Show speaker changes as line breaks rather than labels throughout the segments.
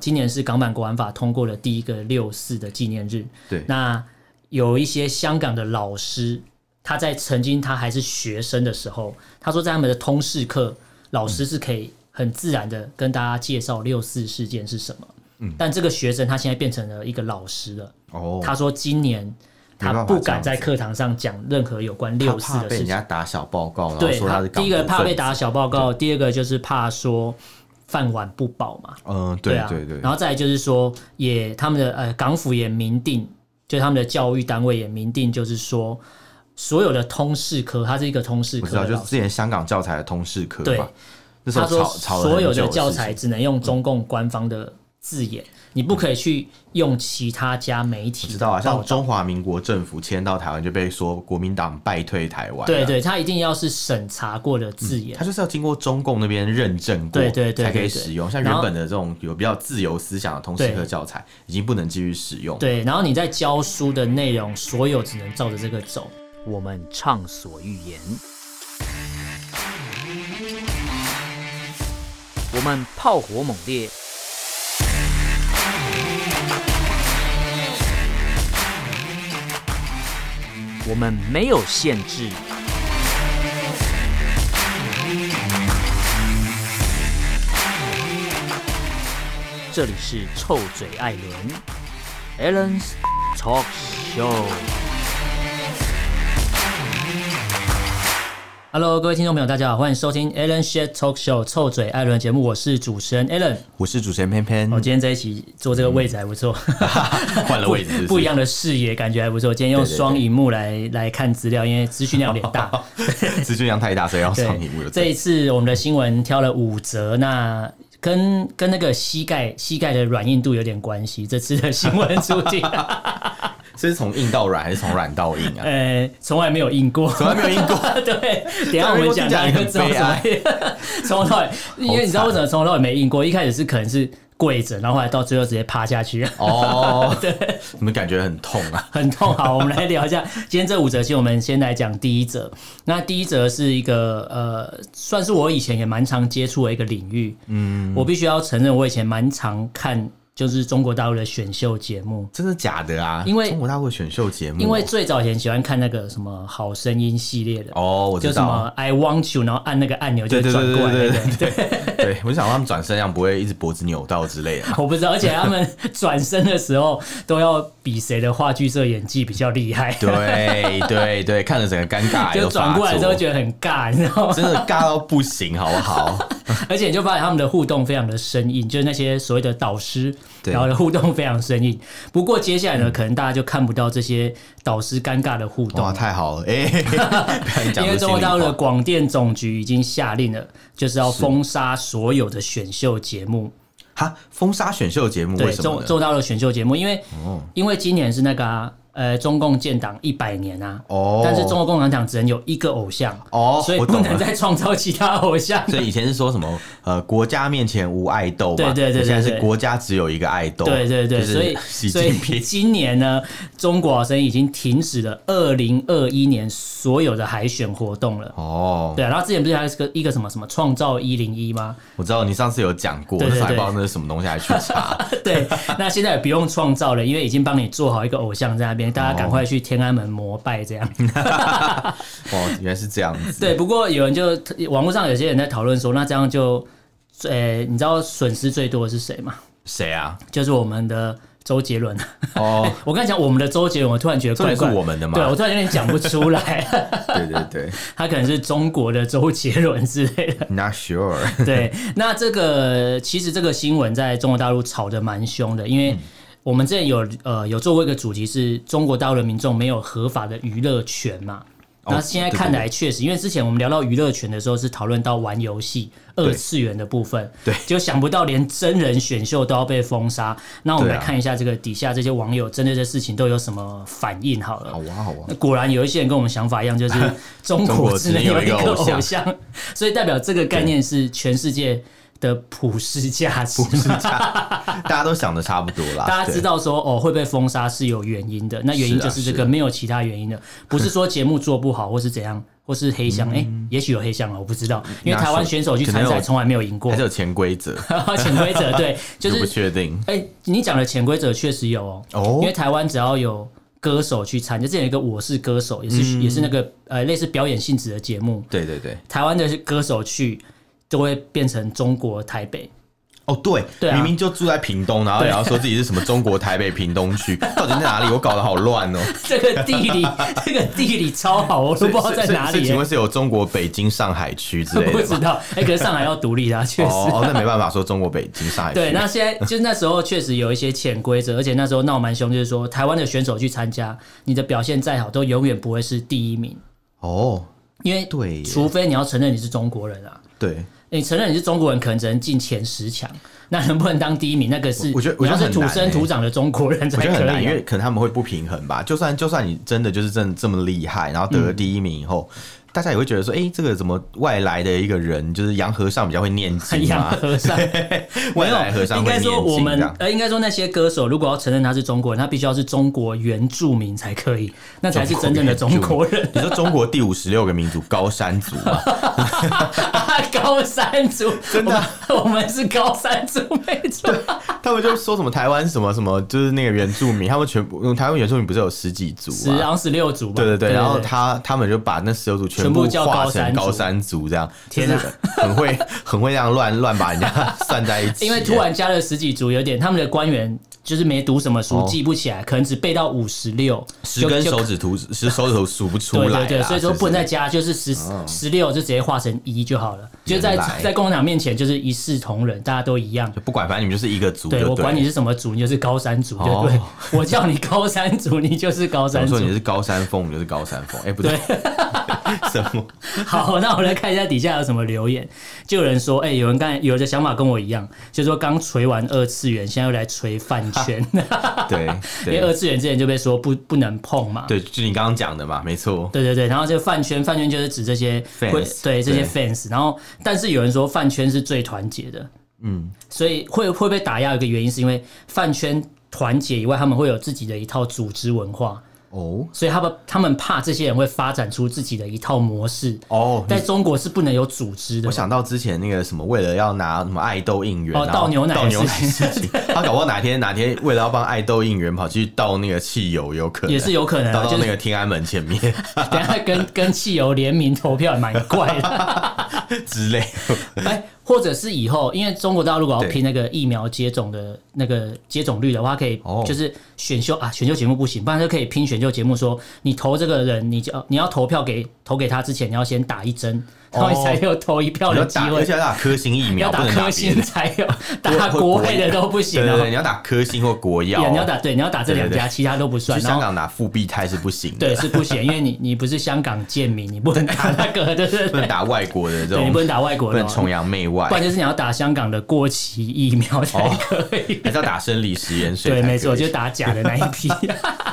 今年是港版国安法通过的第一个六四的纪念日。
对
那有一些香港的老师，他在曾经他还是学生的时候，他说在他们的通识课，老师是可以很自然的跟大家介绍六四事件是什么。
嗯
但这个学生他现在变成了一个老师了，
哦，
他说今年
没
他
办法
不
这样
敢
子
在课堂上讲任何有关六四
他怕
的
被
事
人
情。
家打小报告，然后
对，
说他是港
第一个
独
怕
分
被
子
打小报告，第二个就是怕说饭碗不保嘛。
嗯，对
啊，
对对，
然后再来就是说，也他们的呃港府也明定，就他们的教育单位也明定，就是说所有的通识科，它是一个通识
我知
科
道，
的
就
老
是
师。
之前香港教材的通识课
对
吧，那时
他
候
说，
吵吵了
所
很
有
久
的教
事
材
情
只能用中共官方的字眼，你不可以去用其他家媒体
嗯知
的
道啊，
报
像
道。
中华民国政府迁到台湾就被说国民党败退台湾、
对，对，它一定要是审查过的字眼
它。就是要经过中共那边认证过，
对对对
才可以
对对
使用。像
然
原
后
本的这种有比较自由思想的通识
对
课教材，已经不能继续使用。
对，然后你在教书的内容，所有只能照着这个走。
我们畅所欲言；我们炮火猛烈；我们没有限制。这里是臭嘴艾伦 a l l e n s Talk Show。
Hello，各位听众朋友，大家好，欢迎收听 Alan s h a t Talk Show 臭嘴艾伦节目，我是主持人 Alan。
我是主持人偏偏，
哦我今天在一起坐这个位置还不错，
嗯 换了位置是
不一
样。
样的视野，感觉还不错。今天用
对对对
双荧幕来来看资料，因为资讯量有点 大。
资讯量太大，所以要
对
上荧幕，了。
这一次我们的新闻挑了五则，那跟跟那个膝盖膝盖的软硬度有点关系。这次的新闻主 题，
这是从硬到软还是从软到硬 啊？
呃，从来没有硬过，
从来没有硬过。
对，等一下我们讲到一个知道什么， 从头到尾，因为你知道为什么从头到尾没硬过？一开始是可能是跪着，然后后来到最后直接趴下去，
哦，对，怎么感觉很痛啊？
很痛。好，我们来聊一下今天这五则新闻。我们先来讲第一则。那第一则是一个呃，算是我以前也蛮常接触的一个领域。嗯，我必须要承认，我以前蛮常看就是中国大陆的选秀节目。
真的假的啊？
因为
中国大陆的选秀节目，
因为最早以前喜欢看那个什么《好声音》系列的，
哦，我
就
知
什
道
么
啊，
“I want you”，然后按那个按钮就会
对对
转
对
过来那
对
个。
对对对对，我就想说他们转身这样不会一直脖子扭到 之类的嘛。
我不知道，而且他们 转身的时候都要比谁的话剧社演技比较厉害，
对对对，看着整个尴尬，
就转过来之后
得
觉得很尬，你知道吗？
真的尬到不行，好不 好？
而且你就发现他们的互动非常的生硬，就是那些所谓的导师，
对嗯
然后的互动非常生硬。不过接下来呢，可能大家就看不到这些导师尴尬的互
哇，
动。
太好了，哎，不小心讲
啊因为
出
中
心
国
里
大陆的
话。
广电总局已经下令了，就是要封杀所有的选秀节目。
哈，封杀选秀节目为
对，
什
中
么呢？哦
中国大陆的选秀节目，因为、因为今年是那个、啊、呃中共建党一百年啊，
哦
但是中国共产党只能有一个偶像，
哦
所以
我
不
懂
能
了
再创造其他偶像。
所以以前是说什么呃，国家面前无爱豆嘛，
对对对对对
现在是国家只有一个爱豆，
对对对，
就是
所以
习
所
近
以
平，
今年呢，中国好声音已经停止了二零二一年所有的海选活动了。
哦，
对啊，然后之前不是还有一个一个什么什么创造一零一吗？
我知道你上次有讲过，
对
但
对
是还不
对
知道那是什么东西，还去 查，
对，那现在也不用创造了，因为已经帮你做好一个偶像在那边，大家赶快去天安门膜拜这样。
哦，原来是这样子，
对，不过有人就网络上有些人在讨论说，那这样就，呃、你知道损失最多的是谁吗？
谁啊？
就是我们的周杰伦。
哦，
我刚才讲我们的周杰伦，我突然觉得
这
怪
也是
怪。
我们的
对，我
嘛，
突然有点讲不出来，
对对对
他可能是中国的周杰伦之类的。
，Not sure，
对，那这个其实这个新闻在中国大陆炒得蛮凶的，因为
嗯
我们之前有呃有做过一个主题是中国大陆的民众没有合法的娱乐权嘛。
哦
那现在看来确实，因为之前我们聊到娱乐权的时候是讨论到玩游戏二次元的部分，
对
就想不到连真人选秀都要被封杀。那我们
对
来
啊
看一下这个底下这些网友针对这事情都有什么反应好了。
好玩好玩
那。果然有一些人跟我们想法一样，就是中国只能有一个
中国
偶
只能有一个偶
像，所以代表这个概念是全世界的普世价值
不是这样，大家都想的差不多啦。
大家知
对，
道说哦会被封杀是有原因的，那原因
是啊
就是这
是
个，
啊
没有其他原因的，不是说节目做不好或是怎样，或是黑箱，哎，也许有黑箱啊，我不知道，因为
那是
台湾选手去参
可能
赛
有
从来没有赢过
还是，有潜规则，
潜规则对， 就
我不
是
确定。
哎，你讲的潜规则确实有哦，
哦
因为台湾只要有。歌手去参加，之前有一个《我是歌手》，也是、也是那个呃类似表演性质的节目，
对对对，
台湾的歌手去就会变成中国台北，
哦对，
对啊
明明就住在屏东，然后也要说自己是什么中国台北屏东 区，到底在哪里？我搞得好乱哦。
这个地理这个地理超好， 我都不知道在哪
是是
里、
是请
欸
问，是有中国北京、上海区之 类
不
的
知
吗？
道。哎、可是上海要独立啦，确实。
哦，哦那没办法说中国北京、上海区。
对，那现在就是那时候确实有一些潜规则，而且那时候闹蛮凶，就是说台湾的选手去参加，你的表现再好，都永远不会是第一名，
哦，
因为
对耶
除非你要承认你是中国人啊。
对，
你承认你是中国人，可能只能进前十强， 那能不能当第一名？那个是
我我觉得
你要
我
是
觉得很
土
难
生
欸
土长的中国人才
我觉得
可
很难，
以
因
啊、
为可能他们会不平衡吧。就算就算你真的就是真的这么厉害，然后
嗯
得了第一名以后，大家也会觉得说，哎、这个怎么外来的一个人，就是洋和尚比较会念 经
洋
啊，
和 尚。
外来和尚
应
会
该
念
说我
经这
们
样。
呃，应该说那些歌手如果要承认他是中国人，他必须要是中国原住民才可以，那才是真正的中国人。
你说中国第五十六个民族高山族啊嘛？
高山族，
真的啊
我们，我们是高山族，没错。
他们就说什么台湾什么什么，就是那个原住民，他们全部台湾原住民不是有十几族
十然
啊？
后十六族吧。
对对对，然后他他们就把那十六族
全
全
部
部
叫
划
高山
成
族
高山族，这样
天啊
就是很会很会这样乱乱把人家算在一起。啊
因为突然加了十几族，有点他们的官员就是没读什么书，
哦
记不起来，可能只背到五十六，
十
就
根
就
手指头，十手指头数不出
对
来啦。啊
对对，所以说
是是
不能再加，就是十十六就直接化成一就好了，就在
原来
在共产党面前就是一视同仁，大家都一样。
就不管，反正你们就是一个族就
对
了
我管你是什么族，你就是高山族，对不对？
哦
我叫你高山族，你就是高
我
山族
说。你是高山峰，你就是高山峰。哎、不对， 什么？
好，那我来看一下底下有什么留言。就有人说，哎、有人刚才有的想法跟我一样，就说刚锤完二次元，现在又来锤饭圈，
对
因为二
对
次元之前就被说不不能碰嘛。
对，就你刚刚讲的嘛，没错。
对对对，然后这个饭圈，饭圈就是指这些
Fans，
会对这些
对
fans，然后但是有人说饭圈是最团结的，嗯，所以会会被打压有一个原因是因为饭圈团结以外，他们会有自己的一套组织文化，
哦
所以他们他们怕这些人会发展出自己的一套模式，
哦，
在中国是不能有组织的
我。想到之前那个什么，为了要拿什么爱豆应援，
哦
然后
倒牛奶的
倒牛奶
事情
事情，他搞不好哪天哪天为了要帮爱豆应援，跑去倒那个汽油，有可能
也是有可能啊
倒到
就是
那个天安门前 面
等一下跟 跟汽油联名投票也蛮怪的，
之类。
哎，或者是以后，因为中国大陆如果要
对
拼那个疫苗接种的那个接种率的话，可以
哦
就是选秀啊，选秀节目不行，不然就可以拼选秀节目说，你投这个人，你就你要投票给投给他之前，你要先打一针，然后你才有投一票
你
的
要
机
打，而
会
且。要打科兴疫
要
苗，不
打
能
科
别
兴
的。
才 有，
或
打国
或国
外的都不行
对对对，
哦
你。要打科兴或国药
对
哦。
你要打对，你要打这两
对对
家，
对
其他都不算。
去
然
香
后
港拿复必泰是不行的，
对是不行，因为你你不是香港贱民，你不能打那 个，对对
不能
对，
打外国的这
对
种，
你不能打外国
不
的哦，
能崇洋媚外
不，然就是你要打香港的过期疫苗
哦
才可以。
还是要打生理食盐水才
对，
可以。
没错，就打假的那一批。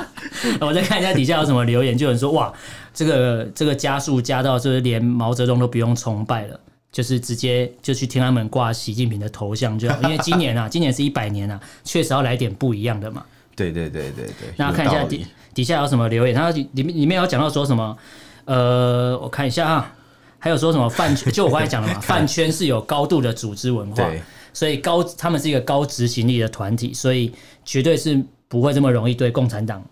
我再看一下底下有什么留言，就有人说哇，这个这个加速加到就是连毛泽东都不用崇拜了。就是直接就去天安门挂习近平的头像就好，因为今年啊，今年是一百年啊，确实要来点不一样的嘛。
对对对对对。
那看一
有
下
道理
底底下有什么留言，然后里面里面有讲到说什么，呃，我看一下啊，还有说什么饭 圈，就我刚才讲的嘛，饭圈是有高度的组织文化
对，
所以高他们是一个高执行力的团体，所以绝对是不会这么容易对共产党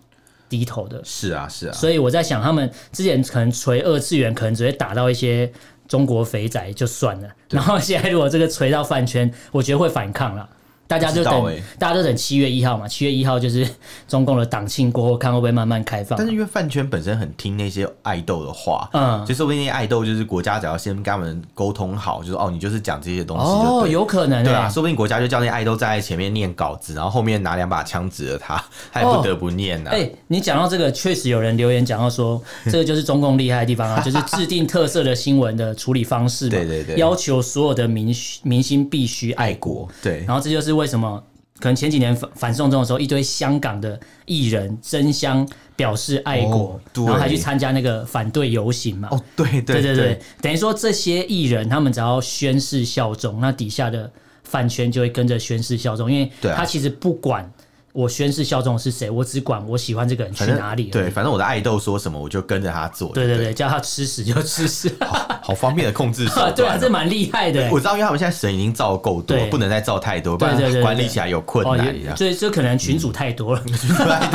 低头的。
是啊是啊，
所以我在想，他们之前可能锤二次元，可能只会打到一些中国肥宅就算了，然后现在如果这个锤到饭圈，我觉得会反抗了。大家就
不知道
等，
欸
大家都等七月一号嘛。七月一号就是中共的党庆过后，看会不会慢慢开放啊
但。是因为饭圈本身很听那些爱豆的话，
嗯
嗯，就说不定那些爱豆就是国家只要先跟他们沟通好，就是哦，你就是讲这些东西就
哦，
对了。
有可能
对
欸
啊，说不定国家就叫那些爱豆站在前面念稿子，然后后面拿两把枪指着他，他也
哦
不得不念啊呐、
哎、你讲到这个，确实有人留言讲到 说，这个就是中共厉害的地方啊，就是制定特色的新闻的处理方式嘛，
对对对
要求所有的明明星必须爱
爱
国
国，对
然后这就是为什么。可能前几年反反送中的时候，一堆香港的艺人争相表示爱国
哦，对
然后还去参加那个反对游行嘛。
哦，对
对对
对
对，等于说这些艺人他们只要宣誓效忠，那底下的饭圈就会跟着宣誓效忠，因为
对啊
他其实不管我宣誓效忠的是谁，我只管我喜欢这个人去
反正
哪里而已。
对，反正我的爱豆说什么，我就跟着他做。
对对
不
对，叫他吃 屎就吃屎，
好好方便的控制手段 哦。
对啊，这蛮厉害的。
我知道，因为他们现在神已经造够多
对，
不能再造太多，不
对对对
然
对
管理起来有困
哦，
难。嗯
也这这可能群主太多了，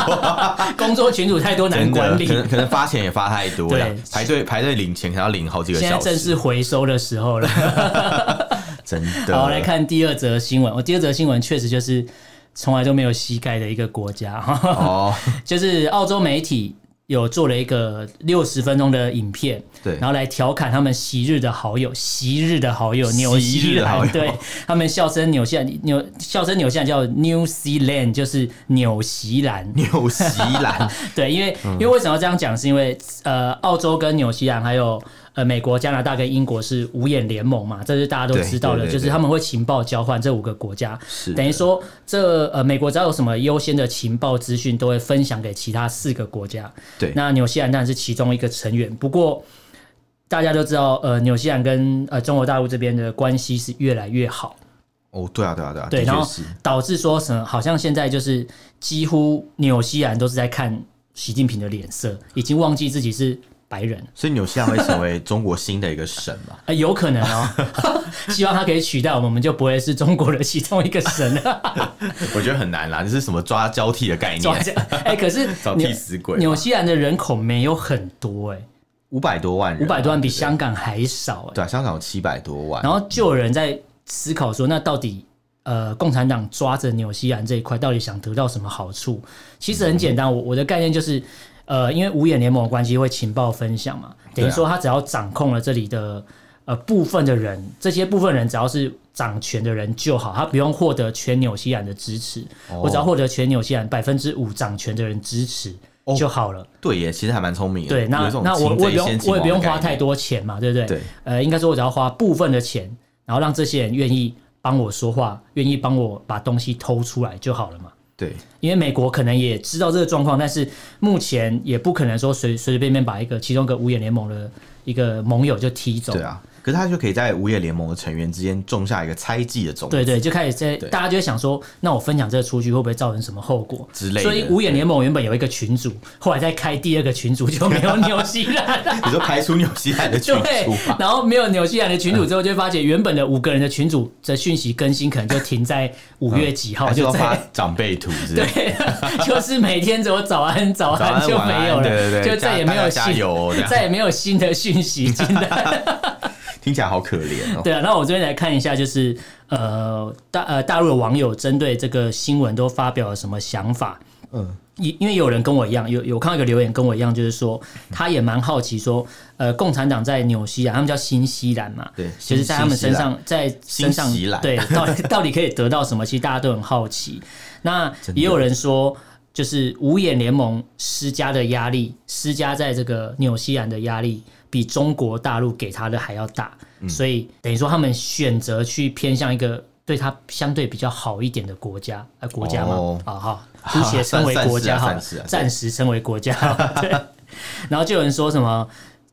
工作群主太多难
真的
管，理
可。能可能发钱也发太多了
对，
排队排队领钱可能要领好几个
现在
小
正是
时，
回收的时 候了。
真的。
好，来看第二则新闻。我、哦第二则新闻确实就是从来都没有膝盖的一个国家，
哦，
就是澳洲媒体有做了一个六十分钟的影片，
对
然后来调侃他们昔日的好友，昔日的好友纽西
昔日的好
兰，
友
对他们笑称纽西兰纽笑称纽西兰叫 New Zealand，就是纽西兰。
纽西 兰
对，因为、
嗯
因为为什么要这样讲，是因为呃，澳洲跟纽西兰还有呃美国、加拿大跟英国是五眼联盟嘛，这是大家都
对
知道的，
对对
就是
对
他们会情报交换这五个国家，
是
等于说这呃美国只要有什么优先的情报资讯，都会分享给其他四个国家。
对
那纽西兰当然是其中一个成员，不过。大家都知道，呃，纽西兰跟呃中国大陆这边的关系是越来越好，
哦，对啊，对啊，对啊，
对，
的
然
确
后
是。
导致说什么，好像现在就是几乎纽西兰都是在看习近平的脸色，已经忘记自己是白 人，
所以纽西兰会成为中国新的一个省嘛？
呃，有可能哦， 希望他可以取代我们，我们就不会是中国的其中一个神 了。
我觉得很难啦，这是什么抓交替的概
抓
念？
这哎、可是
找替死鬼吧
纽西兰的人口没有很多哎、
五百多万人，
五百多万比
对不对
香港还少哎、
对啊，香港有七百多万，
然后就有人在思考说，那到底呃，共产党抓着纽西兰这一块，到底想得到什么好处？其实很简单，我我的概念就是，呃，因为五眼联盟的关系会情报分享嘛，等于说他只要掌控了这里的呃部分的人，这些部分人只要是掌权的人就好，他不用获得全纽西兰的支持，我只要获得全纽西兰百分之五掌权的人支持。就好了，
对耶，其实还蛮聪明的。
对，那
有一种
那我
擒
我也不
贼
用
先擒
我也不
王的
用
概
花
念
太多钱嘛，对不对？
对
呃，应该说我只要花部分的钱，然后让这些人愿意帮我说话，愿意帮我把东西偷出来就好了嘛。
对，
因为美国可能也知道这个状况，但是目前也不可能说随随随便便把一个其中一个五眼联盟的一个盟友就踢走。
对啊，可是他就可以在午夜联盟的成员之间种下一个猜忌的种子。
对对，就开始在
对
大家就会想说，那我分享这个出去会不会造成什么后果
之类的
所以五眼联盟原本有一个群组，后来再开第二个群组就没有 纽西兰了。
你说排除纽西兰的群 啊
对
出嘛，？
然后没有纽西兰的群主之后，就会发觉原本的五个人的群主的讯息更新可能就停在五月几号，
嗯还是
就
要发
在。
长辈图之类的。
对， 就是每天只有早安，早
早安
就没有了，
晚安对对对
就再也没有
大家加
新，
油哦这样
再也没有新的讯 息进来。
听起来好可怜哦。
对啊，那我这边来看一下，就是呃大呃大陆的网友针对这个新闻都发表了什么想法？
嗯，
因因为有人跟我一样，有有看到一个留言跟我一样，就是说
嗯
他也蛮好奇说，呃，共产党在纽西兰，他们叫新西兰嘛，
对
就是在他们身上，在身上
新西兰
对，到 底到底可以得到什么？其实大家都很好奇。那也有人说。就是五眼联盟施加的压力，施加在这个纽西兰的压力，比中国大陆给他的还要大，
嗯
所以等于说他们选择去偏向一个对他相对比较好一点的国家，呃，国家嘛，
哦
啊哈，姑 且称为国家好了
算是啊算是啊，
暂时称为国家好了。 对，然后就有人说什么，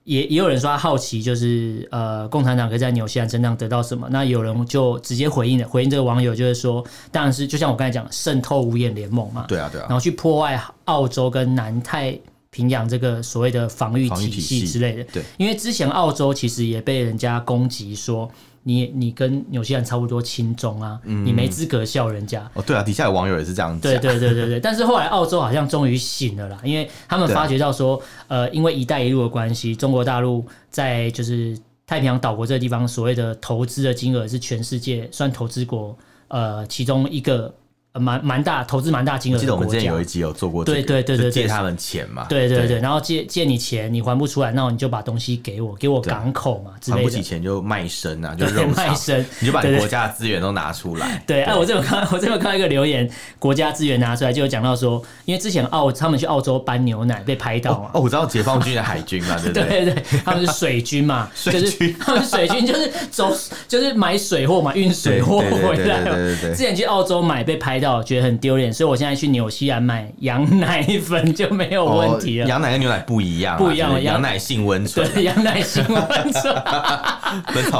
也也有人说他好奇，就是呃，共产党可以在纽西兰身上得到什么？那有人就直接回应了，回应这个网友就是说，当然是就像我刚才讲，渗透五眼联盟嘛，
对啊，对啊
然，后去破坏澳洲跟南太平洋这个所谓的防御
防御
体
体
系
系
之类的。
对，
因为之前澳洲其实也被人家攻击说。你你跟纽西兰差不多亲中啊，你没资格笑人家。
哦，对啊，底下有网友也是这样讲。
对对对对对，但是后来澳洲好像终于醒了啦，因为他们
对啊
发觉到说，呃，因为“一带一路”的关系，中国大陆在就是太平洋岛国这个地方所谓的投资的金额是全世界算投资国呃其中一个呃蛮蛮大投资蛮大金额
记得
的
我
国
们之前有
家
一。集有做过这个，
对对对对
就
对
借他们钱嘛，
对对对，，然后借借你钱，你还不出来，那你就把东西给我，给我
对啊
港口嘛之
还
类
不
的。
起钱就卖身啊，就
对
肉
卖
偿，
身
你就把
对
你
对
国家的资源都拿出来。
对，哎、我这边看， 我这边看到一个留言，国家资源拿出来就有讲到说，因为之前澳他们去澳洲搬牛奶被拍到嘛
哦，，我知道解放军的海军嘛，对不对？
对对，他们是水军嘛，
水
就是
军
他们水军就是走，就是买水货嘛，运水货
对对对
回来嘛
对对对对。对
之前去澳洲买被拍到，觉得很丢脸，所以我现在去纽西兰买羊奶粉就没有问题
哦
了。
羊奶跟牛奶不一样啊，
不一样
就是
羊
羊奶性温存，
对，羊奶新闻《
《本 草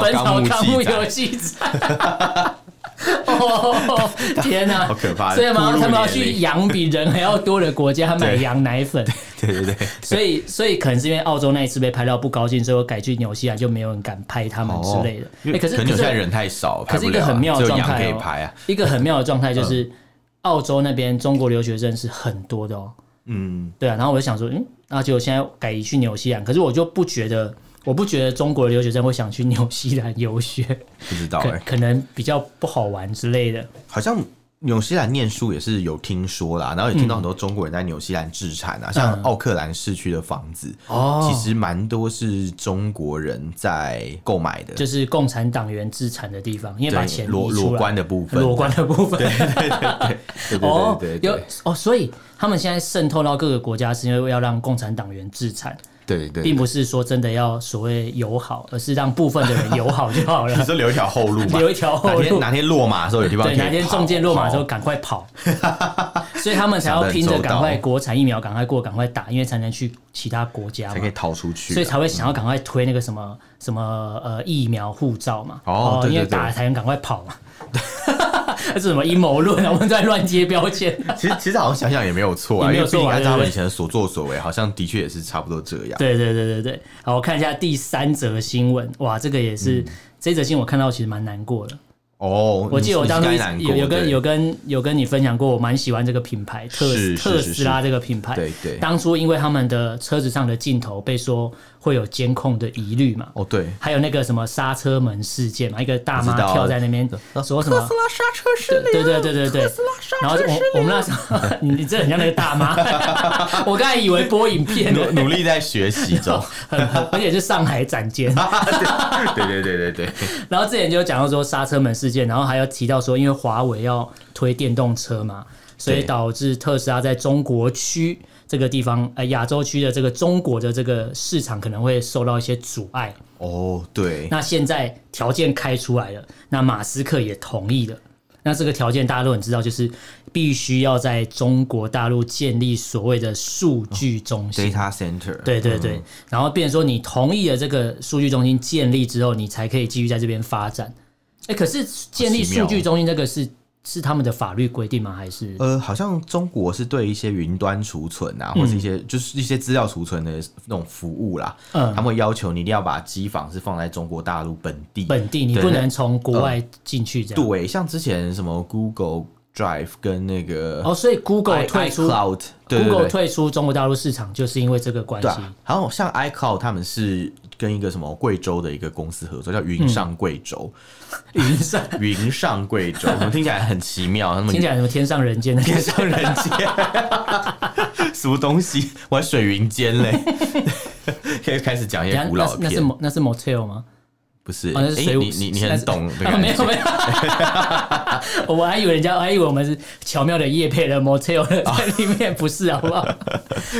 本草
纲目
纲目》
记载
有记载。哦，天哪、
好可怕
所以嘛，
步入
他们要
年
去
龄
羊比人还要多的国家买
对
羊奶粉，
对 对对，
所以所以可能是因为澳洲那一次被拍到不高兴，所以我改去纽西兰，就没有人敢拍他们之类的。
哦因
哎、
为
可是
可能
可
有
是
些人太少，
可是一个
拍不了啊
很妙的
只有
状
羊
态
可以
哦
拍啊，
一个很妙的状态就是，澳洲那边中国留学生是很多的哦。
嗯，
对啊，然后我就想说，嗯，那结果现在改去纽西兰，可是我就不觉得，我不觉得中国留学生会想去纽西兰游 学，
不知道
可
哎，
可能比较不好玩之类的。
好像。纽西兰念书也是有听说啦，然后也听到很多中国人在纽西兰置产啊，像奥克兰市区的房子，
嗯哦
其实蛮多是中国人在购买的，
就是共产党员资产的地方，因为把
对
钱
裸
移出
裸
来
官的部分，
裸官的部分。
对
哦
对对，对
有
对
哦，所以他们现在渗透到各个国家，是因为要让共产党员自产，
对对，
并不是说真的要所谓友好，而是让部分的人友好就好
你
了，
说留一条后路嘛，
留一条后
哪天
路。
哪天落马的时候有地方可
对，
以
哪天
跑
中箭落马的时候，
跑
赶快跑。 所以他们才要拼着赶快国产疫苗赶快过，赶快打，因为才能去其他国家
才可
嘛
以。逃出去啊，
所以才会想要赶快推那个什么什么呃疫苗护照嘛。
哦对对
因为
对
打了才能赶快跑嘛。 这是什么阴谋论啊？我们在乱贴标签。
其实其实好像想想也没有错啊，
也没
因
有
为毕竟
错啊
按照他
对不
们
对
以前的所作所为，好像的确也是差不多这 样。
对对对对对，好，我看一下第三则新闻，哇，这个也
嗯
是、这则新闻我看到其实蛮难过的。
哦，
我记得我
你
当
你
初
该难过
有有跟
对
有跟有跟你分享过，我蛮喜欢这个品牌特
是是
特
是
斯
是
拉这个品牌。
对对
当初因为他们的车子上的镜头被说会有监控的疑虑嘛。
哦 对，
还有那个什么刹车门事件嘛，一个大
我
妈
知道呃
跳在那边说什么
拉刹车啊失
对对对对对，然后就
啊
我我们那时候， 你你这很像那个大妈， 我刚才以为播影片呢，
努努力在学 习中。
很很而且是上海展间。
对对对对对，
然后之前就讲到说刹车门事件，然后还有提到说，因为华为要推电动车嘛，所以
对
导致特斯拉在中国区这个地方，呃，亚洲区的这个中国的这个市场可能会受到一些阻碍。
哦对，
那现在条件开出来了，那马斯克也同意了。那这个条件大家都很知道，就是必须要在中国大陆建立所谓的数据中心。
data center，
对对
嗯
对，然后变成说你同意了这个数据中心建立之后，你才可以继续在这边发展。哎、可是建立
奇妙哦
数据中心这个是是他们的法律规定吗？还是
呃，好像中国是对一些云端储存啊，或是一些、就是一些资料储存的那种服务啦，
嗯
他们会要求你一定要把机房是放在中国大陆本地。
本地你
对嗯
不能从国外进去这样？
对，像之前什么 Google Drive 跟那个
哦，所以 Google
i-
退出
iCloud，对对
Google
对，
退出中国大陆市场，就是因为这个关
对
系。
啊，然后像 iCloud 他们是跟一个什么贵州的一个公司合作，叫云上贵州，
嗯云上
云上 贵州，我们听起来很奇妙，他们
听起来什么天上人间的天上人间，
什么东西玩水云间 嘞， 可以开始讲一些古老的
那是
片，
那是 motel 吗？
不是？
哦，那是
诶
水舞
哎你你你
那
很
是
懂的
啊
感
没有
觉。
没有， 我还以为人家，我还以为我们是巧妙的夜配的 motel 的在里 面，不是好不好？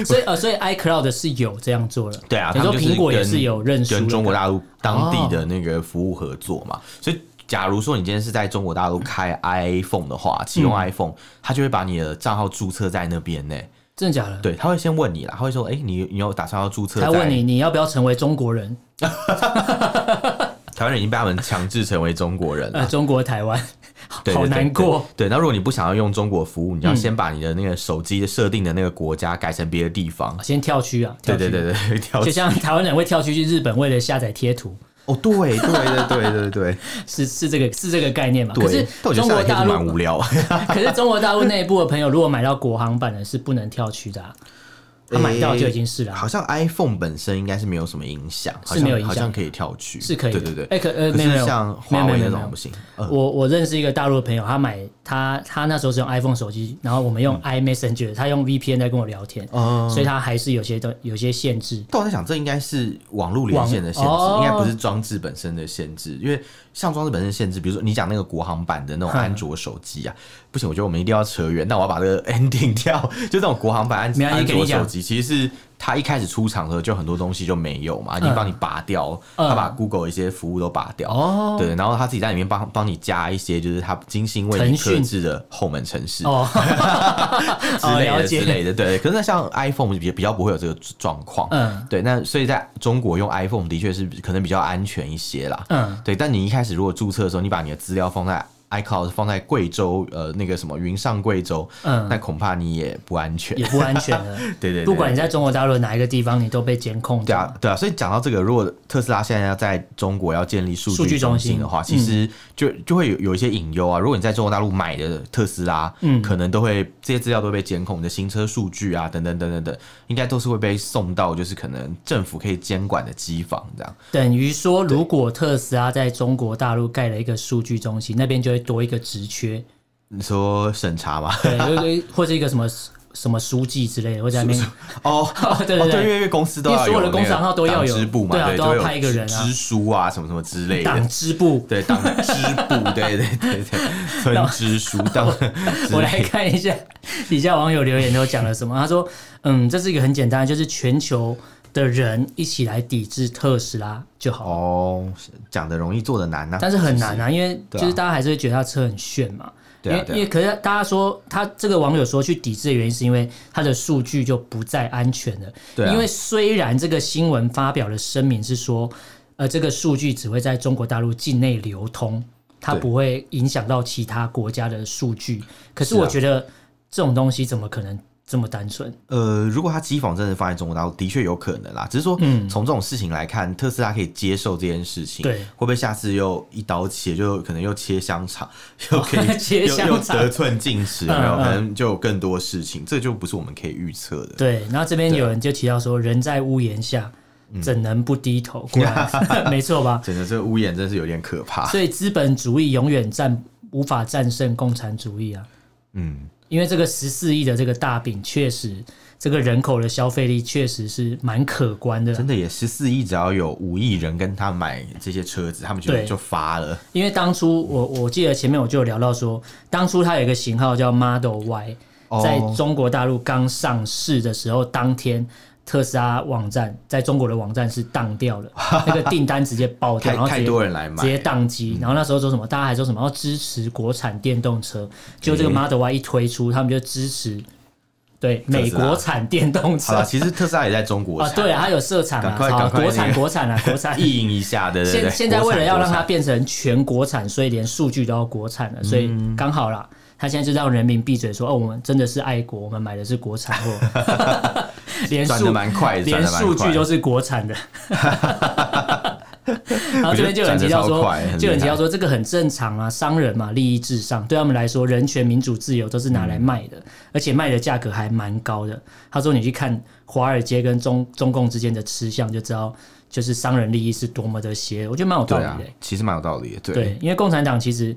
所以呃，所以 iCloud 是有这样做的，
对啊，
你
他
说
们就是
苹果也
跟
是有认输的哦
跟中国大陆当地的那个服务合作嘛，所以。假如说你今天是在中国大陆开 iPhone 的话，启用
嗯
iPhone，、他就会把你的账号注册在那边呢。
真的假的？
对，他会先问你啦，他会说：“哎、你你有打算要注册？”
他问你，你要不要成为中国人？
台湾人已经被他们强制成为中国人了
呃，，中国台湾，
啊对
好难过。。嗯
对对对对，那如果你不想要用中国服务，你要先把你的那个手机设定的那个国家改成别的地方。
先跳区啊，
对
跳
对
区。
对对，跳
就像台湾人会跳区去日本，为了下载贴图，
哦，对对对对对对
是是这个是这个概念嘛？ 可是
对。但我觉
中
得下
国
来
大
天
陆
蛮无聊。
可是中国大陆内部的朋友，如果买到国行版的，是不能跳区的、啊，他买到就已经是了啊、
好像 iPhone 本身应该是没有什么影响，好
是没有
像
影响
好像可以跳区，
是可以
对
的。
对对。
哎、可呃
可
没有没
是
有，
像
没有没有
华为
没
那
有
种
没有
不行。呃
我我认识一个大陆的朋友，他买他他那时候是用 iPhone 手机，然后我们用 iMessenger，、他用 VPN 在跟我聊天，
嗯
所以他还是有些的有些限 制。
但我在想，这应该是网络连线的限制，
网哦
应该不是装置本身的限制。因为像装置本身的限制，比如说你讲那个国行版的那种
嗯
安卓手 机啊，不行，我觉得我们一定要扯远。那我要把这个 ending 掉，就这种国行版安
没关系
安
给你
卓
讲
手机，西，其实是他一开始出场的时候就很多东西就没有嘛，已经帮你拔掉，
嗯
他把 Google 一些服务都拔掉，
哦
对，然后他自己在里面帮帮你加一些就是他精心为
腾
你克
讯
制的后门城市
哦，
之
哦，
类的、
了
之类
解，
的，对。可是那像 iPhone 比比较不会有这个状况，
嗯
对。那所以在中国用 iPhone 的确是可能比较安全一些啦，
嗯，
对。但你一开始如果注册的时候，你把你的资料放在 iCloud 放在贵州呃那个什么云上贵州，
嗯
那恐怕你也不安全，
也不安全了。
对对对。
不管你在中国大陆的哪一个地方，你都被监控
对
着。
啊，对啊，所以讲到这个，如果特斯拉现在要在中国要建立数
数据
据
中
中
心嗯
心的话，其实就就会有有一些隐忧啊。如果你在中国大陆买的特斯拉，
嗯
可能都会这些资料都会被监控，你的行车数据啊，等等等等等，应该都是会被送到就是可能政府可以监管的机房这样。
等于说，如果特斯拉在中国大陆盖了一个数据中心，那边就会多一个职缺，
你说审查吗？
对，就是或者一个什么什么书记之类的，会在那边。
哦。
哦，对
哦，
对
对，因
对，
为因为公司都要
因为所有的
那个
公司行号都要有
党支部嘛，
对啊
对，
都要
会有
派一个人啊
支书啊，什么什么之类
党
的，
支部。
对，党支 部，对对对对，村支书，党，
我来看一下底下网友留言都讲了什么。他说：“嗯，这是一个很简单，就是全球的人一起来抵制特斯拉就好了。
哦，是讲的容易，做的难呐、
但是很难啊，因为
对啊
就是大家还是会觉得他车很炫嘛。因
对啊
为因
对啊
为可是大家说他这个网友说去抵制的原因，是因为他的数据就不再安全了。
对啊
因为虽然这个新闻发表的声明是说，呃，这个数据只会在中国大陆境内流通，它
对
不会影响到其他国家的数据。可是
是啊
我觉得这种东西怎么可能这么单纯？
呃，如果他机房真的放在中国大陆，的确有可能啦。只是说，从这种事情来看，特斯拉可以接受这件事情，
嗯对
会不会下次又一刀切，就可能又切香 肠，又可以
切
又
香
又
肠
得寸进尺，有没有？
嗯嗯
可能就有更多事情，这就不是我们可以预测的。
对，然后这
啊
边有人就提到说，人在屋檐下，
嗯
怎能不低头？果然， 没错吧？
真的，这个屋檐真是有点可怕。
所以资本主义永远战无法战胜共产主义啊！
嗯，
因为这个十四亿的这个大饼，确实这个人口的消费力确实是蛮可观的啊。
真的也十四亿，只要有五亿人跟他买这些车子，他们就
对
就发了。
因为当初我我记得前面我就有聊到说，当初它有一个型号叫 Model Y，
哦
在中国大陆刚上市的时候，当天特斯拉网站在中国的网站是当掉 了，那个订单直接爆掉，
太
然后直
太
接
多人来买嗯
直，接宕机。然后那时候说什么，大家还说什么要哦支持国产电动车，就这个
诶
Model Y 一推出，他们就支持对
特斯拉
美国产电动
好
车
了，
啊，
其实特斯拉也在中国产
对啊，它有设厂啊，
赶快
好
赶快
国产
那个
国产啊，国 产
意淫一下，对对对。
现现在
国
为
产
了要让它，
国产
变成全国产，所以连数据都要国产了，所以
嗯
刚好啦。他现在就让人民闭嘴说：“哦，我们真的是爱国，我们买的是国产货， 连
转的
数
蛮快的，转
连
得蛮快
数
的
据都是国产 的。”然后这边就有人提到
我觉得转得超
说
快很厉，害
就有人提到说这个很正常啊，商人嘛，利益至上，对他们来说，人权、民主、自由都是拿来卖
嗯
的，而且卖的价格还蛮高的。他说你去看华尔街跟中中共之间的吃相，就知道就是商人利益是多么的邪恶，我觉得蛮有道
对
理
啊
的欸、，
其实蛮有道理的，对。
对，因为共产党其实，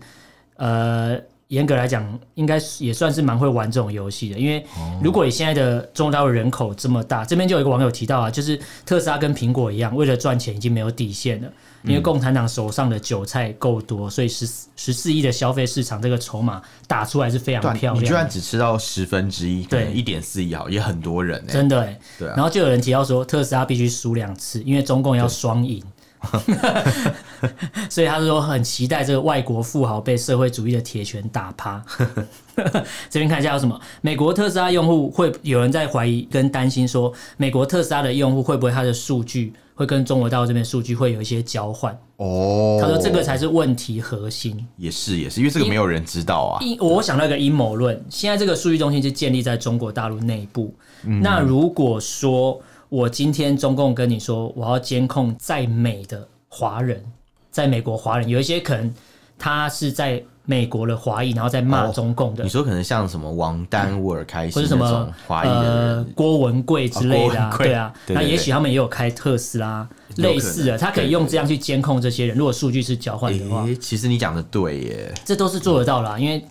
呃，严格来讲，应该是也算是蛮会玩这种游戏的。因为
哦
如果你现在的中国大陆人口这么大，这边就有一个网友提到啊，就是特斯拉跟苹果一样，为了赚钱已经没有底线了。因
嗯
为共产党手上的韭菜够多，所以十十四亿的消费市场这个筹码打出来是非常
对啊
漂亮的。
你居然只吃到十分之一，
对
一点四亿好，也很多人呢。
真的、欸，
对啊
然后就有人提到说，特斯拉必须输两次，因为中共要双赢。 所以他说很期待这个外国富豪被社会主义的铁拳打趴。 这边看一下有什么？美国特斯拉用户会有人在怀疑跟担心说，美国特斯拉的用户会不会他的数据会跟中国大陆这边数据会有一些交换？
哦，
他说这个才是问题核心。
也是也是，因为这个没有人知道啊。
阴，我想到一个阴谋论，现在这个数据中心是建立在中国大陆内部。
嗯
那如果说我今天中共跟你说我要监控在美的华人，在美国华人，有一些可能他是在美国的华裔，然后在骂
哦
中共的，
你说可能像什么王丹、沃尔开
或
心
者
那
什
种
么
华裔的
呃
人，
郭文贵之类的、
哦
啊
郭文，贵
对啊，
对
那
对对
也许他们也有开特斯拉
有可能
类似的，他可以用这样去监控这些人。如果数据是交换的话，
诶，其实你讲的对耶，
这都是做得到啦，因为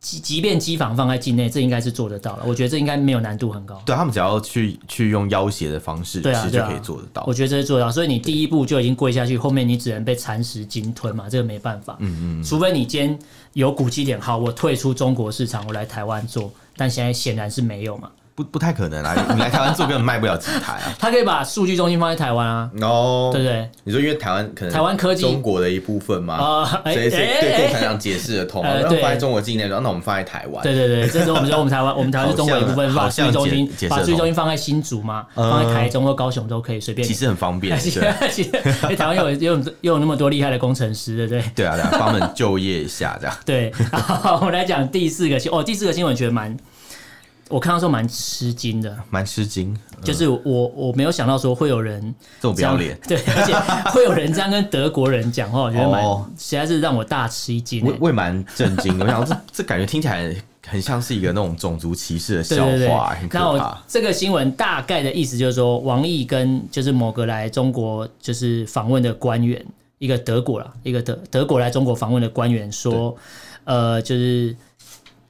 即即便机房放在境内，这应该是做得到了。我觉得这应该没有难度很高。
对他们只要去去用要挟的方式，
对
其
啊
实
对
就
啊
可以做得到
我。觉得这是做得到，所以你第一步就已经跪下去，后面你只能被蚕食鲸吞嘛，这个没办法。嗯嗯，除非你今天有骨气点，好，我退出中国市场，我来台湾做，但现在显然是没有嘛。
不不太可能啊！你来台湾做根本卖不了几台啊。
他可以把数据中心放在台湾啊，
哦，
对不对？
你说因为台湾可能
台湾科技
中国的一部分嘛，
啊、哎
所以所以
哎
对
哎
共产党解释得通啊，
呃
然后
对
放在中国境内，然后那我们放在台湾，
对对对，这时候我们说我们 台湾，我们台湾是中国一部分，把
好
数
像
据中心
解解释得
把数据
通
中心放在新竹嘛，
嗯
放在台中或高雄都可以随便
其。实很方便，
其实
对
其实哎台湾有有有那么多厉害的工程师，对不对？
对啊，对啊，帮我们就业一下这样。
对，好，我们来讲第四个新哦，第四个新闻觉得蛮，我看到时候蛮吃惊的，
蛮吃惊，
就是我我没有想到说会有人
这嗯么不
这样
要脸。，
对，而且会有人这样跟德国人讲话，我觉得蛮、
哦
实在是让我大吃一惊、
我
欸。
我也蛮震惊的，我想这这感觉听起来很像是一个那种种族歧视的
对
笑
对对
话，很，可
那我
怕。
这个新闻大概的意思就是说，王毅跟就是某个来中国就是访问的官员，一个德国啦，一个德德国来中国访问的官员说，呃，就是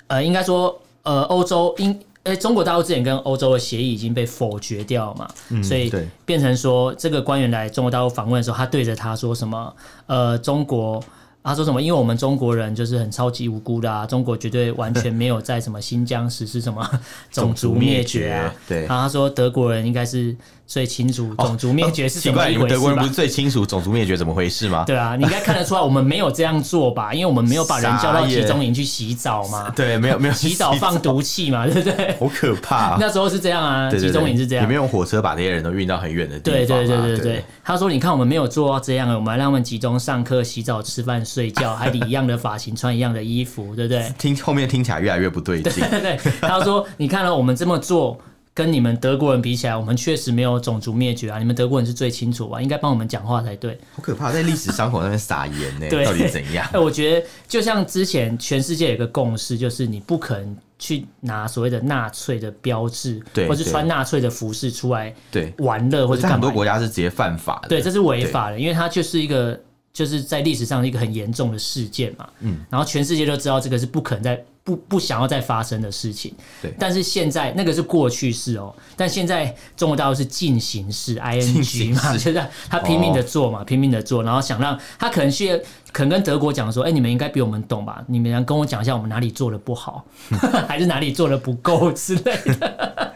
呃，应该说呃，欧洲英呃中国大陆之前跟欧洲的协议已经被否决掉嘛，所以
嗯对
变成说这个官员来中国大陆访问的时候，他对着他说什么？呃，中国。他说什么？因为我们中国人就是很超级无辜的啊，中国绝对完全没有在什么新疆实施什么 种族灭绝啊。
对
然后他说德国人应该是最清楚种族灭绝是
奇
怎么
怪，
一
你
回
们
事
德国人
吧
不是？最清楚种族灭绝怎么回事吗？
对啊，你应该看得出来，我们没有这样做吧？因为我们没有把人叫到
傻眼
集中营去洗澡嘛，
对，没 有没有，
洗澡放毒气嘛，对不对？
好可 怕啊。
那时候是这样啊，
对对
集
对
中营是这样
也没。有用火车把这些人都运到很远的地方
对
啊。
对对对
对
对对，他说：“你看，我们没有做到这样，我们还让他们集中上课、洗澡、吃饭、睡 觉，还理一样的发型，穿一样的衣服，对不对？
听后面听起来越来越不对劲。
对对，他说：“你看了我们这么做，跟你们德国人比起来，我们确实没有种族灭绝啊！你们德国人是最清楚吧？应该帮我们讲话才对。
好可怕，在历史伤口上面撒盐呢，
对
到底怎 样”？
哎，我觉得就像之前全世界有一个共识，就是你不可能去拿所谓的纳粹的标志，
对
或是
对
穿纳粹的服饰出来
对，
玩乐或者
在
干
很
嘛
多国家是直接犯法的。
对，这是违法的，因为它就是一个就是在历史上一个很严重的事件嘛。嗯，然后全世界都知道这个是不可能再不不想要再发生的事情。
对
但是现在那个是过去式哦，但现在中国大陆是进行式 ing
行
嘛，
式
就
哦
是他拼命的做嘛，拼命的做，然后想让他可能去。可能跟德国讲说，哎、你们应该比我们懂吧？你们跟我讲一下我们哪里做的不好， 还是哪里做的不够之类的。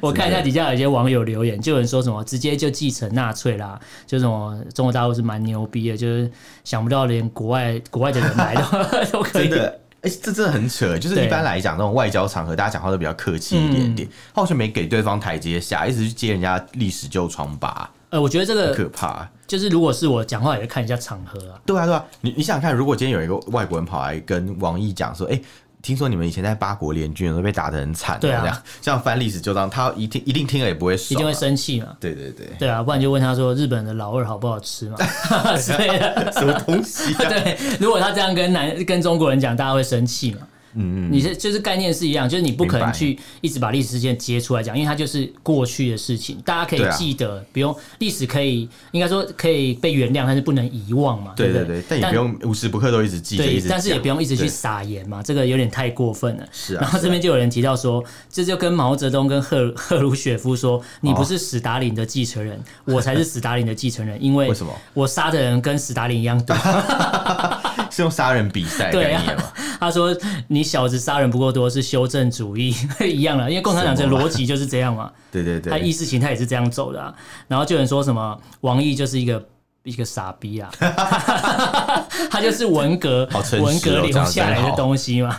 我看一下底下有一些网友留言，就有人说什么直接就继承纳粹啦，就什么中国大陆是蛮牛逼的，就是想不到连国外国外的 人来都都可以
真。的。哎、这真的很扯，就是
对嗯
一般来讲，那种外交场合，大家讲话都比较客气一点点，他好像没给对方台阶下，一直去揭人家历史旧疮疤，
呃，我觉得这
很
个
可怕。
就是如果是我讲话也会看一下场合啊。
对啊，对啊，你你想想看，如果今天有一个外国人跑来跟王毅讲说，哎、听说你们以前在八国联军的时候被打得很惨、
对啊
这样这样翻历史旧账，他一定一定听了也不会
一
爽、
定
啊，
会生气嘛。
对对对，
对啊，不然就问他说日本的老二好不好吃嘛 之类的。
什么东西、 啊？
对，如果他这样跟南跟中国人讲，大家会生气嘛。嗯嗯，你是就是概念是一样，就是你不可
明
能
白
去一直把历史事件接出来讲，因为它就是过去的事情，大家可以
对啊
记得，不用历史可以应该说可以被原谅，但是不能遗忘嘛，
对
不
对对，但也不用无时不刻都一直记着，
对
一直，
但是也
讲
不用一直去
对
撒盐嘛，这个有点太过分了。
是啊
然后这边就有人提到说，这就跟毛泽东跟赫鲁赫鲁雪夫说，
哦
你不是史达林的继承人，我才是史达林的继承人，因为
为什么
我杀的人跟史达林一样多。
是用杀人比赛的
对
概
啊
念嘛？
他说你小子杀人不够多是修正主义一样了，因为共产党这个逻辑就是这样嘛，
对啊对
啊他
对，
意识形态也是这样走的、啊。然后就有人说什么王毅就是一个。一个傻逼啊！ 他就是文革
好，诚实哦
文革留下来
讲得真
的
好
东西嘛，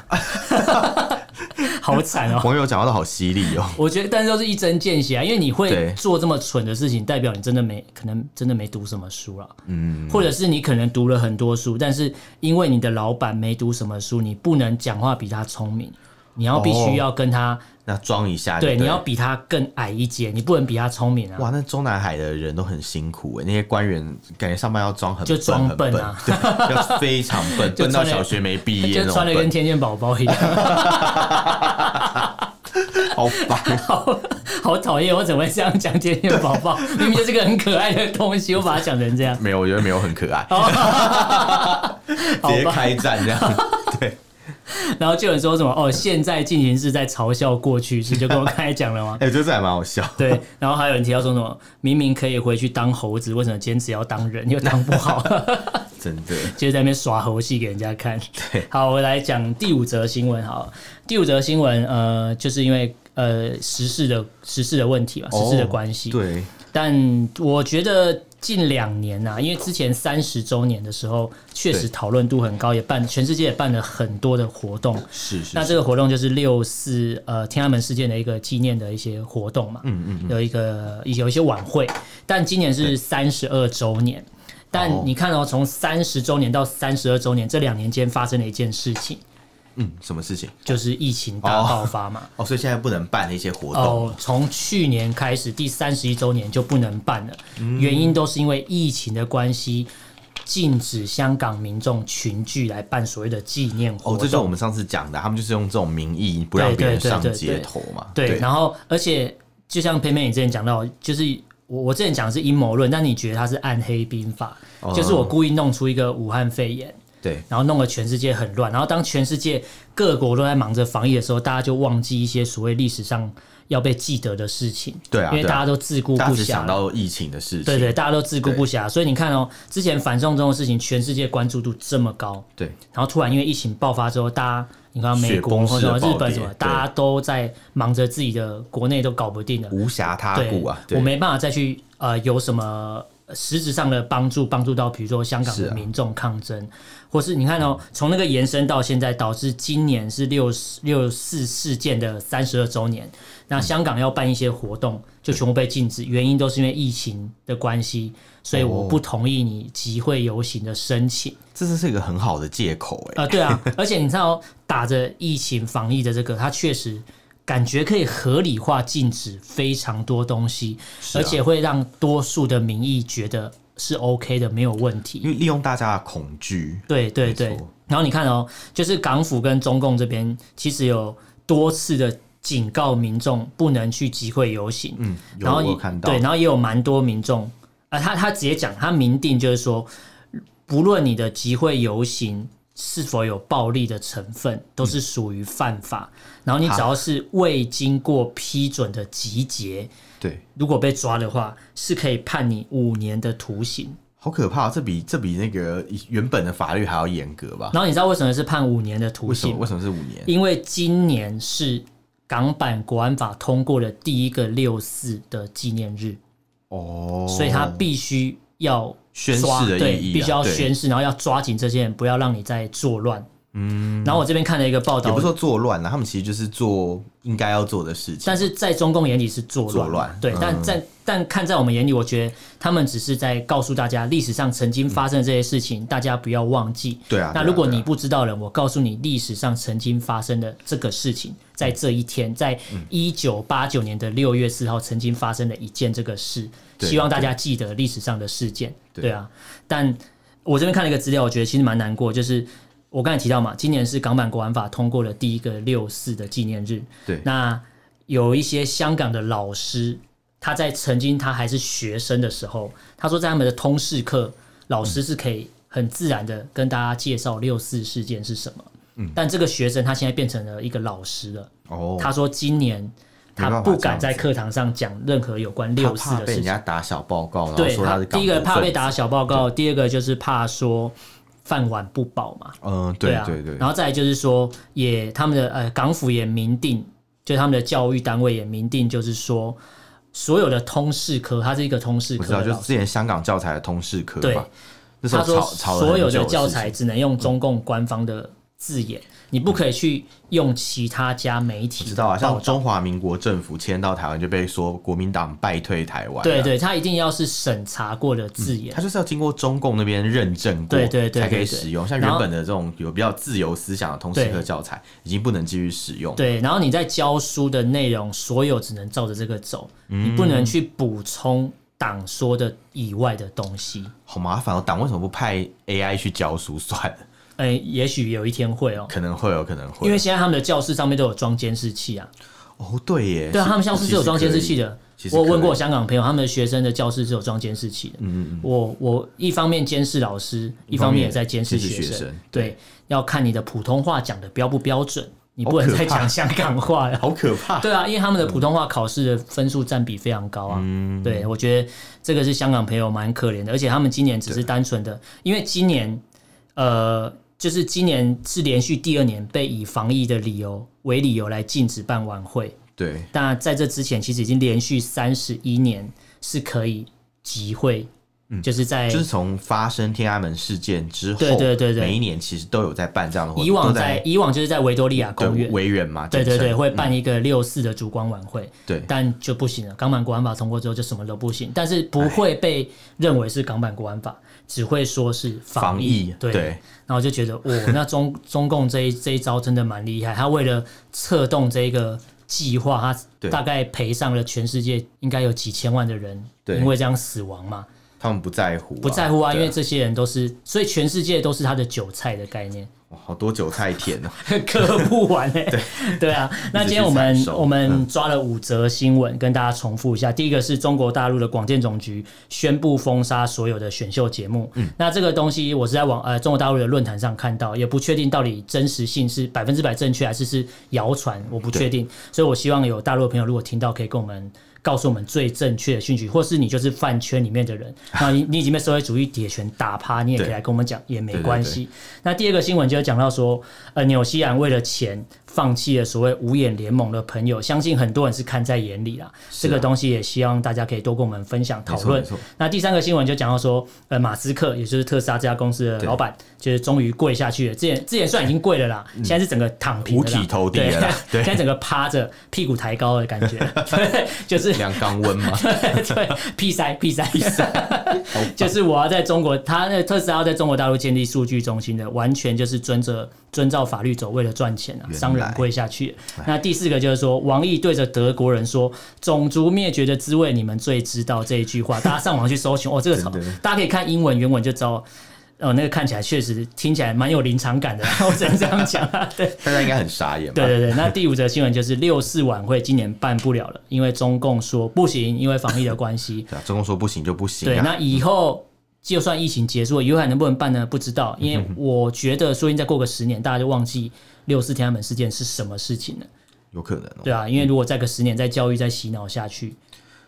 好惨哦！
网友讲话都好犀利哦。
我觉得，但是都是一针见血啊，因为你会
对
做这么蠢的事情，代表你真的没可能真的没读什么书了，嗯，或者是你可能读了很多书，但是因为你的老板没读什么书，你不能讲话比他聪明，你要必须
哦
要跟他、
那装一下就
对，
对，
你要比他更矮一截，你不能比他聪明啊。
哇，那中南海的人都很辛苦哎，那些官员感觉上班要装很
就装
很
笨
笨
啊，
对，要非常笨，
就
笨到
穿了
小学没毕业
就
那
穿
种
的跟
笨，
天线宝宝一样，
好烦。，
好 好讨厌！我怎么会这样讲天线宝宝？明明就是个很可爱的东西，我把它讲成这样
没有，我觉得没有很可爱，
好
直接
吧？
开战 这样。
然后就有人说什么哦，现在进行式在嘲笑过去式，就跟我刚才讲了吗？
哎，我觉得这还蛮好笑。
对，然后还有人提到说什么，明明可以回去当猴子，为什么坚持要当人，又当不好？
真的，
就是在那边耍猴戏给人家看。好，我来讲第五则新闻。好了，第五则新闻，呃，就是因为呃时事的时事的问题嘛，时事的关系。
哦对，
但我觉得近两年啊，因为之前三十周年的时候，确实
对
讨论度很高，也办全世界也办了很多的活动。
是是
那这个活动就是六四呃天安门事件的一个纪念的一些活动嘛，嗯嗯有一个有一些晚会，但今年是三十二周年。但
哦
你看哦，从三十周年到三十二周年这两年间发生了一件事情，
嗯，什么事情？
就是疫情大爆发嘛。
哦，所以现在不能办一些活动，
哦，从去年开始，第三十一周年就不能办了，
嗯
原因都是因为疫情的关系，禁止香港民众群聚来办所谓的纪念活
哦，
动。
这就是我们上次讲的，啊他们就是用这种名义不让
对
别人
对对
上
对
街
对
头嘛。
对，然后而且就像佩佩你之前讲到，就是我我之前讲的是阴谋论，但你觉得它是暗黑兵法，
哦
就是我故意弄出一个武汉肺炎。
对，
然后弄得全世界很乱。然后当全世界各国都在忙着防疫的时候，大家就忘记一些所谓历史上要被记得的事情。
对啊
因为
对啊
大家都自顾
大家
不
只
暇
想。到疫情的事情，
对对，大家都自顾不暇，所以你看哦，之前反送中的事情，全世界关注度这么高，
对
然后突然因为疫情爆发之后，大家你看美
雪崩
国或
式的
者
暴跌
日本什么，
对
大家都在忙着自己的国内都搞不定了，
无暇他
对
顾啊。对
我没办法再去呃有什么实质上的帮助，帮助到比如说香港
是
的
啊嗯
民众抗争，或是你看哦，从那个延伸到现在，导致今年是六六四事件的三十二周年，
嗯
那香港要办一些活动，就全部被禁止，原因都是因为疫情的关系，所以我
哦
不同意你集会游行的申请。
这是是一个很好的借口哎、
啊，对 啊，而且你知道，打着疫情防疫的这个，它确实感觉可以合理化禁止非常多东西，
啊
而且会让多数的民意觉得是 OK 的，没有问
因
题。
为利用大家的恐惧，
对对
嗯没错
对，然后你看哦，就是港府跟中共这边其实有多次的警告民众不能去集会游行，
嗯，有
然后
我有
也
看到，
对，然后也有蛮多民众啊、呃他他直接讲，他明定就是说，不论你的集会游行是否有暴力的成分，都是属于犯法。
嗯
然后你只要是未经过批准的集结，
对，
如果被抓的话，是可以判你五年的徒刑。
好可怕，哦这比这比那个原本的法律还要严格吧？
然后你知道为什么是判五年的徒
啊为什么
刑？
为什么是五年？
因为今年是港版国安法通过的第一个六四的纪念日。
哦，
所以他必须要
宣
抓
誓的
对
意义啊
必须要
对
宣誓，然后要抓紧这些人，不要让你再作乱。嗯，然后我这边看了一个报
也
道
不是，说作乱了，他们其实就是做应该要做的事情。
但是在中共眼里是作乱，
作乱
对
嗯，
但在、但看在我们眼里，我觉得他们只是在告诉大家，历史上曾经发生的这些事情，大家不要忘记。
对啊对
那
啊
如果
对啊
你不知道人，我告诉你历史上曾经发生的这个事情，在这一天，在一九八九年的六月四号曾经发生的一件这个事，
对
希望大家记得历史上的事件。
对
对啊，但我这边看了一个资料，我觉得其实蛮难过，就是。我刚才提到嘛，今年是港版国安法通过的第一个六四的纪念日。
对
那有一些香港的老师，他在曾经他还是学生的时候，他说在他们的通识课，老师是可以很自然的跟大家介绍六四事件是什么。但这个学生他现在变成了一个老师了，
嗯哦，
他说今年
没
他
办法
不
这样
敢在
子
课堂上讲任何有关六四
他怕
的
被
事
人
情
家。打小报告，然后
对
说他
他
是
第一个
港独
怕被
分子
打，小报告，第二个就是怕说饭碗不保嘛。
嗯，
对
对
啊，
对对，
然后再来就是说，也他们的呃港府也明定，就他们的教育单位也明定，就是说所有的通识科，它是一个通识
我知
科
道，
的
就是
老师，
之前香港教材的通识课
对
嘛，那时
他
候
说
吵吵了
所
很
有
久
的
的
教
事
材
情
只能用中共官方的字眼，你不可以去用其他家媒体
我知
的
道啊，
报
像
道
中华民国政府迁到台湾就被说国民党败退台湾啊，嗯
对对，它一定要是审查过的字眼
它。就是要经过中共那边认证过，
对对对
才可以
对对
使用。像
然
原
后
本的这种有比较自由思想的通识
对
课教材，已经不能继续使用。
对，然后你在教书的内容，所有只能照着这个走，
嗯
你不能去补充党说的以外的东西。
好麻烦哦，党为什么不派 AI 去教书算了？
哎、也许有一天会哦、
可能会有，可能会。
因为现在他们的教室上面都有装监视器啊。
哦，对耶，
对啊，他们教室
其
是
实
有装监视
可以
器。的
其。实
我有问
可以
过我香港朋友，他们的学生的教室是有装监视器的。嗯嗯我我一方面监视老师，一
方
方
面
面也在监视
监视学
生
生。
对，要看你的普通话讲的标不标准。你不能
好可
再
怕
讲香港话了。
好可怕。
对啊，因为他们的普通话考试的分数占比非常高啊。
嗯
对，我觉得这个是香港朋友蛮可怜的，而且他们今年只是单纯的，因为今年呃，就是今年是连续第二年被以防疫的理由为理由来禁止办晚会。
对，
那在这之前，其实已经连续三十一年是可以集会，就是在
嗯就是从发生天安门事件之后，
对对对对
每一年其实都有在办这样的活动，
以往
都
在以往就是在维多利亚
对
公园，
维园嘛，
对对
简
对，
称
会办一个六四的烛光晚会，
嗯对
但就不行了。港版国安法通过之后，就什么都不行，但是
哎
不会被认为是港版国安法，只会说是
防疫，
对，然后就觉得，哇，那中 中共这一这一招真的蛮厉害，他为了策动这个计划，他
对
大概赔上了全世界应该有几千万的人，
对
因为这样死亡嘛，
他们不在乎啊，
不在乎啊，因
对
为这些人都是，所以全世界都是他的韭菜的概念。
哇好多韭菜田哦，
割不完哎、 对啊，那今天我
一直去
们
采收嗯
我们抓了五则新闻，跟大家重复一下。第一个是中国大陆的广电总局宣布封杀所有的选秀节目。
嗯
那这个东西我是在网呃中国大陆的论坛上看到，也不确定到底真实性是百分之百正确还是是谣传，我不确定。所以我希望有大陆的朋友如果听到，可以跟我们。告诉我们最正确的讯息，或是你就是饭圈里面的人，那你你已经被社会主义铁拳打趴，你也可以
对
来跟我们讲，也没
对对
关
对
系。那第二个新闻就讲到说，呃，纽西兰为了钱放弃了所谓五眼联盟的朋友，相信很多人是看在眼里啦。这个东西也希望大家可以多跟我们分享讨论
啊没错没错。
那第三个新闻就讲到说，呃，马斯克也就是特斯拉这家公司的老板，就是终于跪下去了。之前之前虽然已经跪了啦， 现在是整个躺平了啦
嗯五体投地了啦
对，
对
现在整个趴着，屁股抬高的感觉， 对就是
量肛温嘛，
对，屁塞屁塞屁塞，就是我要在中国，他那特斯拉要在中国大陆建立数据中心的，完全就是遵着遵照法律走，为了赚钱啊，
原来哎
商人跪下去。那第四个就是说，王毅对着德国人说“种族灭绝的滋味你们最知道”这一句话，大家上网去搜寻哦，这个超
真的
大家可以看英文原文就知道。呃，那个看起来确实听起来蛮有临场感的， 我只能这样讲 啊。对，
大家应该很傻眼吧？
对对对，那第五则新闻就是六四晚会今年办不了了，因为中共说不行，因为防疫的关系。
对啊，中共说不行就不行
对，
啊，
那以后就算疫情结束，以后还能不能办呢？不知道，因
嗯
为我觉得说不定再过个十年，大家就忘记六四天安门事件是什么事情了，
有可能哦
对。啊，因为如果再个十年再教育再洗脑下去，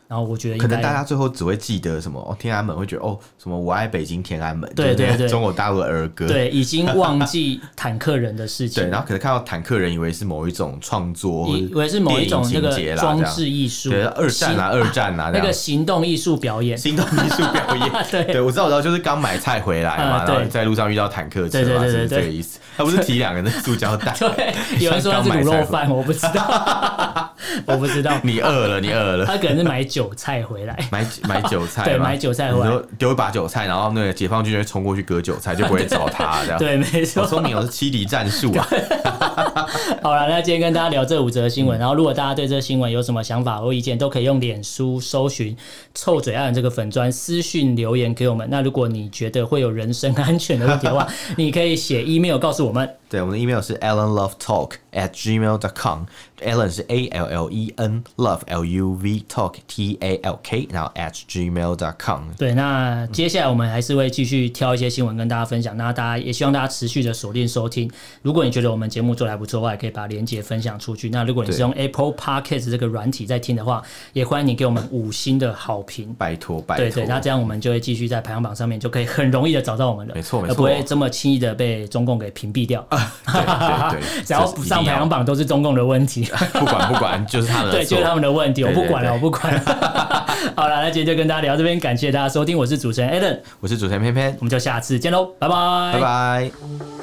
然后我觉得
可
应
能大
该
家最后只会记得什么哦，天安门会觉得哦，什么我爱北京天安门，
对
就是
对对
中国大陆的儿歌，
对已经忘记坦克人的事
对，
情
然。后可能看到坦克人以为是某一种创作，
以为是某一种那
电影情节
个
啦
装
这样
置艺术，
对二战啊
行
二战啊这
那
样
个行动艺术表演，
行动艺术表演
，对
我知道，我知道，就是刚买菜回来嘛，
啊对
然后在路上遇到坦克车
对对
嘛，
对
是不
对
是
对，
这个意思？他不是提两个那塑胶 袋
对，有人说它是卤肉 饭，我不知道，我不知道，
你饿了，你饿了，
他可能是买韭菜回 来。
买 买韭菜嘛，
对买韭菜回
你
来
说丢一把韭菜，然后那个解放军就会冲过去割韭菜，就不会找他这样。
对，没错。
好聪明哦，是欺敌战术啊！
好了，那今天跟大家聊这五则新闻，然后如果大家对这新闻有什么想法或意见，都可以用脸书搜寻“臭嘴案”这个粉砖私讯留言给我们。那如果你觉得会有人身安全的问题的话，你可以写 email 告诉我们。
对，我们的 email 是 allenlovetalk at gmail dot com，allen 是 a l l e n love l u v talk t a l k，然后 at gmail dot com。
对，那接下来我们还是会继续挑一些新闻跟大家分享。那大家也希望大家持续的锁定收听。如果你觉得我们节目做的还不错的话，也可以把链接分享出去。那如果你是
对
用 Apple Podcast 这个软体在听的话，也欢迎你给我们五星的好评。
拜托，拜
对
托，
对，那这样我们就会继续在排行榜上面，就可以很容易的找到我们了。
没错没
而不会
错
这么轻易的被中共给屏蔽掉。啊
对对 对
只要
这是
不
一定
上排
要
行榜都是中共的 问题。
不管不管，就是他们的
对，
错
就是。他们的问题，我不
对对
管了，
对
我不管 了。好了，那今天就跟大家聊到这边，感谢大家收听，我是主持人 Alan。
我是主持人偏偏，
我们就下次见喽，拜拜，
拜拜。